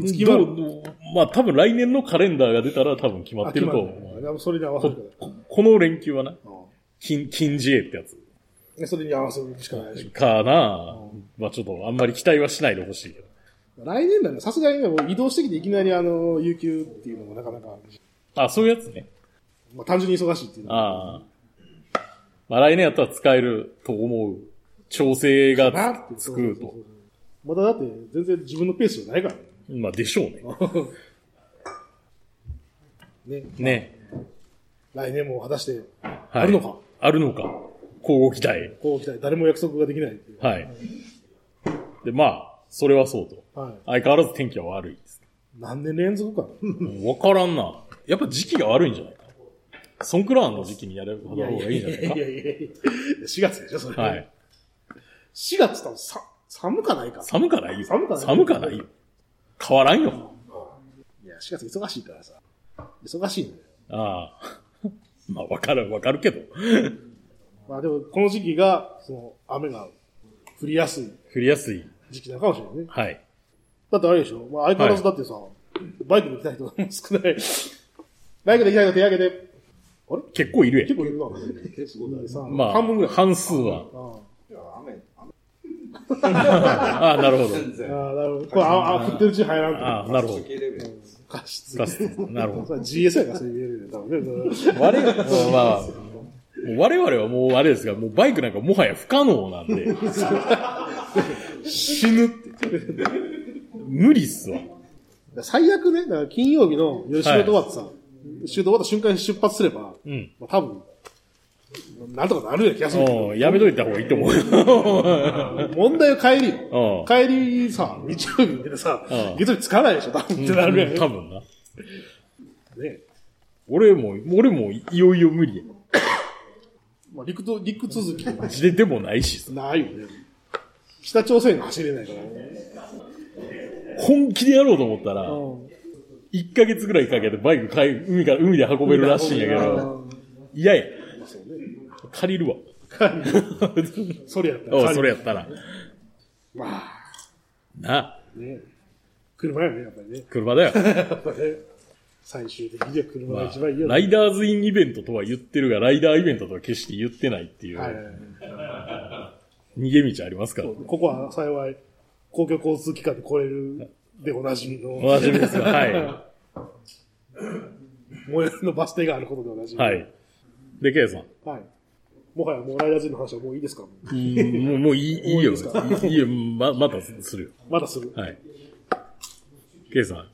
[SPEAKER 2] いつ決ま
[SPEAKER 1] ど
[SPEAKER 2] る
[SPEAKER 1] うどうまあ多分来年のカレンダーが出たら多分決まってると
[SPEAKER 2] あ決
[SPEAKER 1] 思
[SPEAKER 2] ま
[SPEAKER 1] う。
[SPEAKER 2] るあそれに合わせるか
[SPEAKER 1] ここの連休はな、
[SPEAKER 2] ら。うん
[SPEAKER 1] 金、金 J ってやつ。
[SPEAKER 2] でそれに合わせるしかないでしょ。
[SPEAKER 1] かなまあちょっとあんまり期待はしないでほしいけど。
[SPEAKER 2] 来年だね、さすがにねもう移動してきていきなりあの、有給っていうのもなかなか、
[SPEAKER 1] あ、そういうやつね。
[SPEAKER 2] まあ単純に忙しいっていうのは
[SPEAKER 1] ああ。まあ来年やったら使えると思う。調整
[SPEAKER 2] な
[SPEAKER 1] が
[SPEAKER 2] って
[SPEAKER 1] つくと。。
[SPEAKER 2] まだだって全然自分のペースじゃないからね。
[SPEAKER 1] まあでしょうね。
[SPEAKER 2] (laughs) ね、
[SPEAKER 1] ね。
[SPEAKER 2] 来年も果たして、
[SPEAKER 1] はい
[SPEAKER 2] あるのか
[SPEAKER 1] あるのか。交互期待。
[SPEAKER 2] こう来たい。誰も約束ができないっていう。
[SPEAKER 1] はい。で、まあ、それはそうと。
[SPEAKER 2] はい。
[SPEAKER 1] 相変わらず天気は悪いです。
[SPEAKER 2] 何年連続かな。
[SPEAKER 1] もうわからんな。やっぱ時期が悪いんじゃないか。ソンクラーンの時期にやる方がいいんじゃない
[SPEAKER 2] いやいやいや4月でしょ、それ。
[SPEAKER 1] か。は。い。
[SPEAKER 2] 4月多分さ、寒かないか。
[SPEAKER 1] 寒かないよ。
[SPEAKER 2] 寒かない
[SPEAKER 1] 寒かないよ。変わらんよ。
[SPEAKER 2] いや、4月忙しいからさ。忙しいんだよ。
[SPEAKER 1] ああ。 (laughs) まあ、わかる、わかるけど。
[SPEAKER 2] まあでも、この時期が、その、雨が降りやすい
[SPEAKER 1] 振りやすい。
[SPEAKER 2] 時期なのかもしれないね。
[SPEAKER 1] はい。
[SPEAKER 2] だってあれでしょ、まあ、相変わらずだってさ、バイクで来た人少ない。バイクで来た人手挙げて、
[SPEAKER 1] 結構いる
[SPEAKER 2] 結
[SPEAKER 1] や
[SPEAKER 2] 構いるな。結構いるさ、
[SPEAKER 1] ん。まあ、
[SPEAKER 2] 半分ぐらい。
[SPEAKER 1] 半数は。
[SPEAKER 2] あ
[SPEAKER 3] 雨、雨。
[SPEAKER 1] ああ、なるほど。
[SPEAKER 3] 全
[SPEAKER 2] あ
[SPEAKER 3] 然。
[SPEAKER 2] ー、なるほど。これ、ああ、振ってるうちに入らんと。
[SPEAKER 1] ああ、なるほど。
[SPEAKER 3] レベル。
[SPEAKER 2] 加湿。
[SPEAKER 1] ガスなるほど。
[SPEAKER 2] そう GS やからそれ言えるよね、多分ね。
[SPEAKER 1] 我々は、もう我々はもうあれですが、もうバイクなんかもはや不可能なんで、
[SPEAKER 2] 死ぬって。
[SPEAKER 1] 無理っすわ。
[SPEAKER 2] 最悪ね、だから金曜日の夜仕事終わってさ、仕事終わった瞬間に出発すれば、
[SPEAKER 1] うん。
[SPEAKER 2] まあ、多分、なんとかなるような気がするけど、
[SPEAKER 1] うん、やめといた方がいいと思うよ。
[SPEAKER 2] 問題は帰りよ
[SPEAKER 1] うん
[SPEAKER 2] 帰りさ、日曜日に出てさ
[SPEAKER 1] うん、
[SPEAKER 2] 月曜日つかないでしょ、多分ってなるやん。
[SPEAKER 1] (laughs) 多分な。
[SPEAKER 2] ね。
[SPEAKER 1] 俺も、俺もいよいよ無理や。
[SPEAKER 2] まあ、陸と、陸続きは
[SPEAKER 1] 自ででもないし、
[SPEAKER 2] ないよね。北朝鮮が走れないからね。
[SPEAKER 1] 本気でやろうと思ったら、
[SPEAKER 2] うん。
[SPEAKER 1] 1ヶ月ぐらいかけてバイク買い、海から、海で運べるらしいんやけど、嫌や借りるわ。
[SPEAKER 2] それやった
[SPEAKER 1] おう
[SPEAKER 2] ら。
[SPEAKER 1] それやったら。
[SPEAKER 2] まあ、
[SPEAKER 1] な、
[SPEAKER 2] ね。車やね、やっぱりね。
[SPEAKER 1] 車だ (laughs) よ。
[SPEAKER 2] やっぱね。最終的には車
[SPEAKER 1] ま
[SPEAKER 2] が
[SPEAKER 1] あ
[SPEAKER 2] 一番いいよね。
[SPEAKER 1] ライダーズインイベントとは言ってるが、ライダーイベントとは決して言ってないっていう、
[SPEAKER 2] はいはいはい。
[SPEAKER 1] 逃げ道ありますから。
[SPEAKER 2] ここは幸い、公共交通機関で来れるでおなじみの、
[SPEAKER 1] おなじみですが、はい。は (laughs)
[SPEAKER 2] 最寄りのバス停があることでおなじみ。
[SPEAKER 1] い。で、ケイさん。
[SPEAKER 2] はい。もはやもうライダーズの話はもういいですか
[SPEAKER 1] うんもう、もういい、 (laughs) いいよ。いいよ。ま、またするよ。
[SPEAKER 2] まだする。
[SPEAKER 1] はい。ケイさん。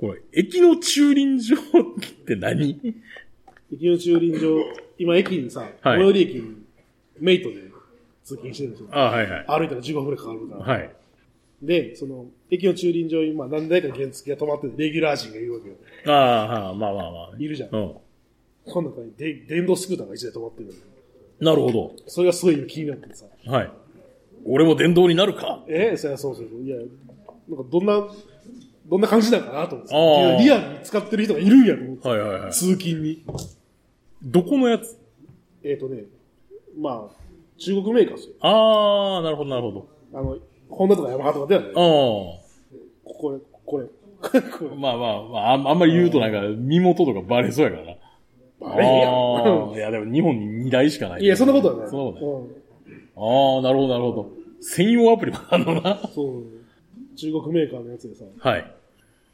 [SPEAKER 1] これ、駅の駐輪場って何
[SPEAKER 2] 駅の駐輪場、今駅にさ、最寄り駅にメイトで通勤してるんですよ。
[SPEAKER 1] あはいはい。
[SPEAKER 2] 歩いたら15分くらいかかるから。
[SPEAKER 1] はい。
[SPEAKER 2] で、その、駅の駐輪場に今何台か原付が止まってて、レギュラー人がいるわけよ。
[SPEAKER 1] ああ、はあまあまあまあ。
[SPEAKER 2] いるじゃん
[SPEAKER 1] うん。
[SPEAKER 2] この中にで電動スクーターが一台止まってるのよ
[SPEAKER 1] なるほど。
[SPEAKER 2] それがすごい今気になっててさ。
[SPEAKER 1] はい。俺も電動になるか
[SPEAKER 2] ええそりゃそうそうそう。いや、なんかどんなどんな感じなのかなと思って
[SPEAKER 1] あー
[SPEAKER 2] リアルに使ってる人がいるんやと思って。
[SPEAKER 1] はいはいはい。
[SPEAKER 2] 通勤に。
[SPEAKER 1] どこのやつ
[SPEAKER 2] えっ、とね、まあ、中国メーカーですよ。
[SPEAKER 1] あー、なるほどなるほ
[SPEAKER 2] あの、ホンダとかヤマハとかではない。こ
[SPEAKER 1] ど。
[SPEAKER 2] れ、これ、 (laughs) これ、これ
[SPEAKER 1] あー。まあまあ、まあ、あんあんまり言うとなんか、身元とかバレそうやからな。
[SPEAKER 2] あれや
[SPEAKER 1] あーいや、でも日本に2台しかない。
[SPEAKER 2] (laughs) いや、そんなことはない。
[SPEAKER 1] そんなことない。
[SPEAKER 2] うん
[SPEAKER 1] ああ、なるほど、なるほど。専用アプリもあるのな。
[SPEAKER 2] そう。中国メーカーのやつでさ、
[SPEAKER 1] はい。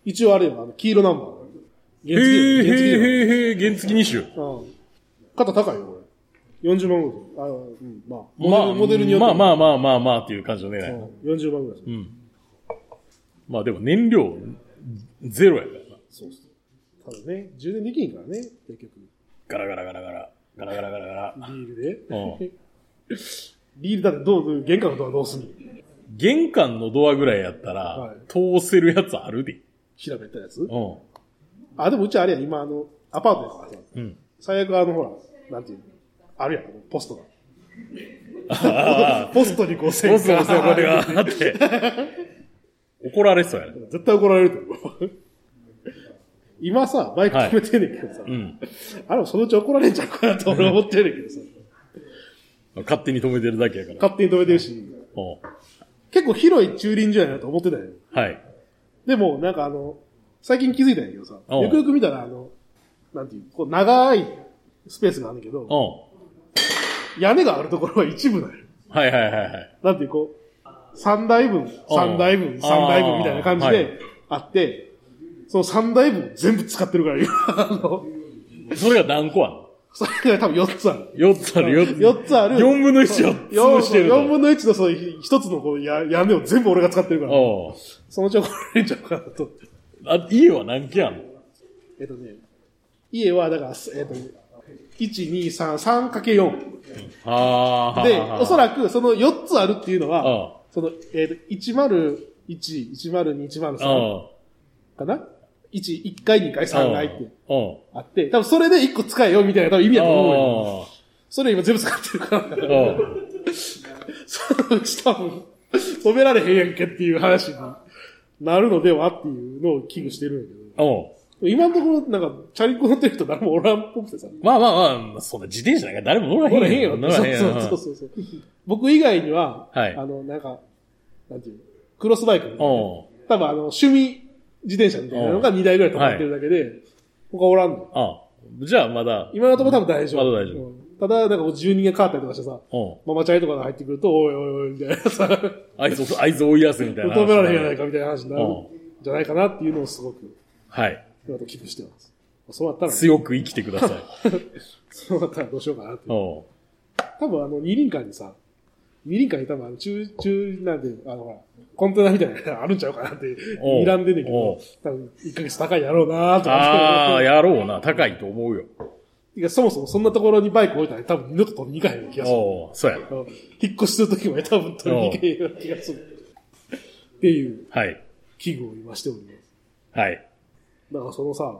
[SPEAKER 2] 一応あれよ、あの、黄色ナンバー。
[SPEAKER 1] へえ、
[SPEAKER 2] 原付原付
[SPEAKER 1] へえ、へえ、原付2種。
[SPEAKER 2] うん。肩高いよ、これ。40万ぐらい。あうん、まあ、モデル,、
[SPEAKER 1] まあ、
[SPEAKER 2] モデルによって
[SPEAKER 1] まあ
[SPEAKER 2] も。
[SPEAKER 1] まあまあまあまあっていう感じの
[SPEAKER 2] う
[SPEAKER 1] ね。
[SPEAKER 2] ん40万ぐらい。
[SPEAKER 1] うん。まあでも燃料、ゼロやからな。
[SPEAKER 2] そうそう。ただね、充電できんからね、結局。
[SPEAKER 1] ガラガラガラガラ。ガラガラガラガラ。
[SPEAKER 2] リールで。
[SPEAKER 1] うん
[SPEAKER 2] リールだってどう、玄関のドアどうすんの
[SPEAKER 1] 玄関のドアぐらいやった
[SPEAKER 2] は
[SPEAKER 1] ら、通せるやつあるで。
[SPEAKER 2] 平べったいやつ
[SPEAKER 1] うん。
[SPEAKER 2] あ、でもうちあれや、今あの、アパートやからさ、
[SPEAKER 1] うん。
[SPEAKER 2] 最悪あの、ほら、なんていうのあるやん、あのポスト
[SPEAKER 1] あ
[SPEAKER 2] (laughs) が。ポストにこう、
[SPEAKER 1] そうそうそう、これがあって。怒られそうやね。
[SPEAKER 2] 絶対怒られると思う。今さ、バイク止めてんねんけどさ、
[SPEAKER 1] うん。
[SPEAKER 2] あれもそのうち怒られんちゃうかなと俺思ってんねんけどさ、
[SPEAKER 1] 勝手に止めてるだけやから。
[SPEAKER 2] 勝手に止めてるし、
[SPEAKER 1] う
[SPEAKER 2] 結構広い駐輪場やなと思ってたよ。
[SPEAKER 1] ん。はい。
[SPEAKER 2] でも、なんかあの、最近気づいたんやけどさ、
[SPEAKER 1] うん
[SPEAKER 2] よくよく見たら、あの、なんていう、こう長いスペースがあるんだけど、
[SPEAKER 1] う
[SPEAKER 2] 屋根があるところは一部だよ。
[SPEAKER 1] ん。はいはいはいはい。
[SPEAKER 2] なんていう、こう、三台分、三台分、
[SPEAKER 1] あー
[SPEAKER 2] 三台分みたいな感じ
[SPEAKER 1] はい
[SPEAKER 2] であって、その三台分全部使ってるから、今あの、
[SPEAKER 1] それが何個あん
[SPEAKER 2] それが多分4つある。
[SPEAKER 1] の ?4 つある、4つ。
[SPEAKER 2] 4つある。
[SPEAKER 1] 4分の1を潰してると。
[SPEAKER 2] 4分の1のその1つのこうや屋根を全部俺が使ってるから、
[SPEAKER 1] おう
[SPEAKER 2] そのうち怒られちゃうかなと。
[SPEAKER 1] あ、家は何軒あんの
[SPEAKER 2] えっとね、家はだから、えっとね、1、2、3、3×4。
[SPEAKER 1] あー
[SPEAKER 2] で、おそ
[SPEAKER 1] ら
[SPEAKER 2] らくその4つあるっていうのは、
[SPEAKER 1] あ
[SPEAKER 2] その、えっと、101、102、
[SPEAKER 1] あ。あ
[SPEAKER 2] 103かな ?1、1回、2回、3回って
[SPEAKER 1] うん。
[SPEAKER 2] あって、多分それで1個使えよみたいな多分意味だと思うよ。
[SPEAKER 1] あ
[SPEAKER 2] それ今全部使ってるから
[SPEAKER 1] あ。、 (laughs) うん。
[SPEAKER 2] そのうち多分、止められへんやんけっていう話になるのではっていうのを危惧してるんやけど。
[SPEAKER 1] うん。
[SPEAKER 2] 今のところ、なんか、チャリンコ乗ってる人誰もおらんっぽくてさ。
[SPEAKER 1] まあまあまあ、そんな自転車なんか誰も乗らへん
[SPEAKER 2] お
[SPEAKER 1] や
[SPEAKER 2] らへんよ。
[SPEAKER 1] 乗らへんや
[SPEAKER 2] そうそうそうそう。僕以外には、
[SPEAKER 1] はい
[SPEAKER 2] あの、なんか、なんていうのクロスバイクみたいな。
[SPEAKER 1] おう
[SPEAKER 2] 多分あの、趣味自転車みたいなのが2台ぐらい止まってるだけで、他おらんの。
[SPEAKER 1] ああ。じゃあまだ、
[SPEAKER 2] 今のところ多分大丈夫。
[SPEAKER 1] まだ大丈夫
[SPEAKER 2] うんただ、なんかこう住人が変わったりとかしてさ、
[SPEAKER 1] うん。
[SPEAKER 2] ママチャリとかが入ってくると、おいおいおい、みたいなさ、止
[SPEAKER 1] 合図を、合図を追いやすみたいな。
[SPEAKER 2] められへんやないかみたいな話になる
[SPEAKER 1] うん
[SPEAKER 2] じゃないかなっていうのをすごく、
[SPEAKER 1] はい。
[SPEAKER 2] 今と危惧してます。そうなったら、
[SPEAKER 1] 強く生きてください。
[SPEAKER 2] そうなったらどうしようかなって。
[SPEAKER 1] おう
[SPEAKER 2] 多分あの、二輪館にさ、二輪館に多分あの、中、中、なんていうの、あの、ほら、コンテナみたい (laughs) なのあるんちゃうかなって、
[SPEAKER 1] おう
[SPEAKER 2] 睨んでんねんけ
[SPEAKER 1] お
[SPEAKER 2] ど
[SPEAKER 1] う、
[SPEAKER 2] 多分1ヶ月高いやろうなと
[SPEAKER 1] あ
[SPEAKER 2] か
[SPEAKER 1] あ、やろうな。高いと思うよ。
[SPEAKER 2] いや、そもそもそんなところにバイク置いたら多分二度と取りに行かへん気がする。
[SPEAKER 1] おうそうやな
[SPEAKER 2] あ。の引っ越しするときも多分取りに行けへんような気がする。っていう
[SPEAKER 1] はい。
[SPEAKER 2] 危惧を今しております。
[SPEAKER 1] はい。
[SPEAKER 2] だからそのさ、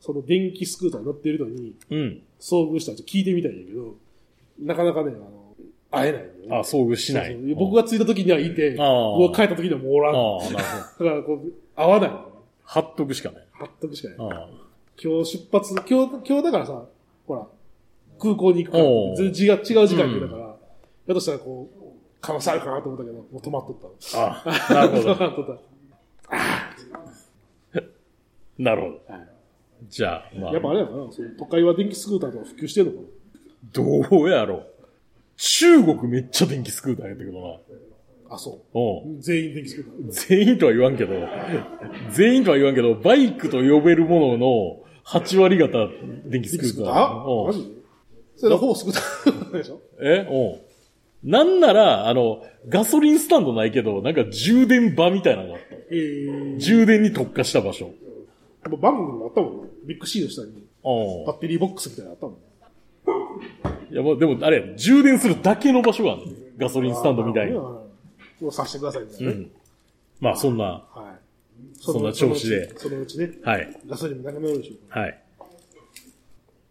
[SPEAKER 2] その電気スクーターに乗ってるのに
[SPEAKER 1] うん。
[SPEAKER 2] 遭遇した人聞いてみたいんだけど、なかなかね、あの、会えないんだよね。
[SPEAKER 1] あ、遭遇しない。
[SPEAKER 2] そうそう僕が着いた時にはいて、
[SPEAKER 1] あー
[SPEAKER 2] 僕が帰った時にはもうおらん。だ
[SPEAKER 1] ああ、なるほど。
[SPEAKER 2] からこう、合わない。
[SPEAKER 1] 貼っとくしかない。
[SPEAKER 2] 全くしかない。
[SPEAKER 1] ああ。
[SPEAKER 2] 今日出発、今日、今日だからさ、ほら、空港に行くから
[SPEAKER 1] お、う
[SPEAKER 2] 全然違う違う時間にだから、やとしたらこう、可能性あるかなと思ったけど、もう止まっとっ
[SPEAKER 1] ああ
[SPEAKER 2] た。
[SPEAKER 1] なる (laughs) ほ
[SPEAKER 2] (laughs) 止
[SPEAKER 1] ど。
[SPEAKER 2] まっとっ
[SPEAKER 1] なるほど
[SPEAKER 2] はい。
[SPEAKER 1] じゃあ、ま
[SPEAKER 2] た。
[SPEAKER 1] あ
[SPEAKER 2] やっ、ぱあれやろな、その都会は電気スクーターとか普及してんのか
[SPEAKER 1] どうやろう。中国めっちゃ電気スクーターやったけどな。
[SPEAKER 2] なあ、そう。
[SPEAKER 1] うん。
[SPEAKER 2] 全員電気スクーター。
[SPEAKER 1] 全員とは言わんけど、全員とは言わんけど、バイクと呼べるものの8割方電気スク
[SPEAKER 2] 電気スク
[SPEAKER 1] ー
[SPEAKER 2] ー
[SPEAKER 1] タ
[SPEAKER 2] タ
[SPEAKER 1] ー。
[SPEAKER 2] ー
[SPEAKER 1] う
[SPEAKER 2] マ
[SPEAKER 1] ん
[SPEAKER 2] ジでそれはほぼスクーターでしょ
[SPEAKER 1] えうん。なんなら、あの、ガソリンスタンドないけど、なんか充電場みたいなのがあった。
[SPEAKER 2] えー、
[SPEAKER 1] 充電に特化した場所。
[SPEAKER 2] もうバングもあったもんね。ビッグシーの下
[SPEAKER 1] う
[SPEAKER 2] に。
[SPEAKER 1] ん
[SPEAKER 2] バッテリーボックスみたいなのあったもんね。
[SPEAKER 1] いや、まあ、でも、あれ、充電するだけの場所があるねガソリンスタンドみたいな。
[SPEAKER 2] もうさせてくださいみたいうなね。
[SPEAKER 1] ん。まあ、そんな、
[SPEAKER 2] はい。
[SPEAKER 1] そんな調子で
[SPEAKER 2] そのうちそのうちね、
[SPEAKER 1] はい、
[SPEAKER 2] ガソリンもなくなるでしょうか
[SPEAKER 1] はい。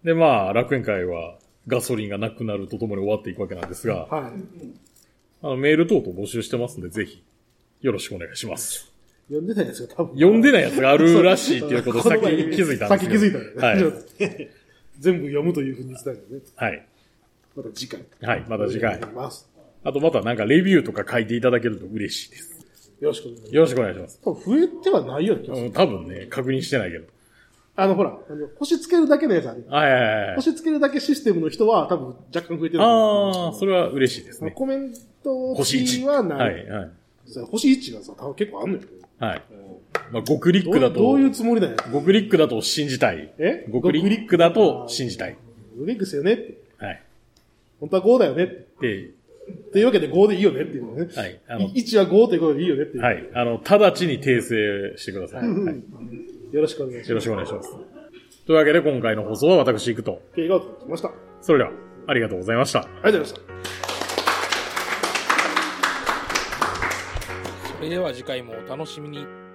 [SPEAKER 1] で、まあ、楽園会は、ガソリンがなくなるとともに終わっていくわけなんですが、
[SPEAKER 2] ら。はい。
[SPEAKER 1] あの、メール等々募集してますんで、ぜひ、よろしくお願いします。
[SPEAKER 2] 読んでないですよ、多分。
[SPEAKER 1] 読んでないやつがあるらしいっていうことを
[SPEAKER 2] そ
[SPEAKER 1] さ
[SPEAKER 2] う
[SPEAKER 1] っき気づいたんですけ
[SPEAKER 2] 先気
[SPEAKER 1] ど
[SPEAKER 2] づいたね。
[SPEAKER 1] はい。
[SPEAKER 2] (laughs) 全部読むというふうに伝えるね。
[SPEAKER 1] はい。
[SPEAKER 2] また次回。
[SPEAKER 1] はい。また次
[SPEAKER 2] お
[SPEAKER 1] 回。
[SPEAKER 2] 願いします
[SPEAKER 1] あとまたなんかレビューとか書いていただけると嬉しいです。
[SPEAKER 2] よろしくお願いし
[SPEAKER 1] よろしくお願いします。
[SPEAKER 2] ます。増えてはないような気がする
[SPEAKER 1] うん多分ね、確認してないけど。
[SPEAKER 2] あの、ほら、あの星つけるだけのやつある。
[SPEAKER 1] はいはいはいはい。
[SPEAKER 2] 星つけるだけシステムの人は多分若干増えてると思う。
[SPEAKER 1] ああ、それは嬉しいですね。
[SPEAKER 2] コメント
[SPEAKER 1] 星
[SPEAKER 2] 付き
[SPEAKER 1] 1。
[SPEAKER 2] はな。
[SPEAKER 1] はいいはい。
[SPEAKER 2] そう星1がさ、多分結構あんのよ。
[SPEAKER 1] はい。まあ、5クリッ
[SPEAKER 2] どう
[SPEAKER 1] クだと、
[SPEAKER 2] どういうつもりだよ。
[SPEAKER 1] 5クリックだと信じたい。
[SPEAKER 2] え
[SPEAKER 1] ?5 クリックだと信じたい。
[SPEAKER 2] ウリックスよねって。
[SPEAKER 1] はい。
[SPEAKER 2] 本当は5だよねって。
[SPEAKER 1] で、
[SPEAKER 2] というわけで5でいいよねっていうのね。
[SPEAKER 1] はいあの
[SPEAKER 2] い1は5ということでいいよねっていう。
[SPEAKER 1] はい。あの、直ちに訂正してください。はい。
[SPEAKER 2] よろしくお願いし
[SPEAKER 1] よ
[SPEAKER 2] ま
[SPEAKER 1] ろ
[SPEAKER 2] す。
[SPEAKER 1] しくお願いします。というわけで、今回の放送は私、行くと。
[SPEAKER 2] 映画を撮ってきました。あり
[SPEAKER 1] それでは、ありがとうございました。
[SPEAKER 2] がとうございました。
[SPEAKER 6] それでは次回もお楽しみに。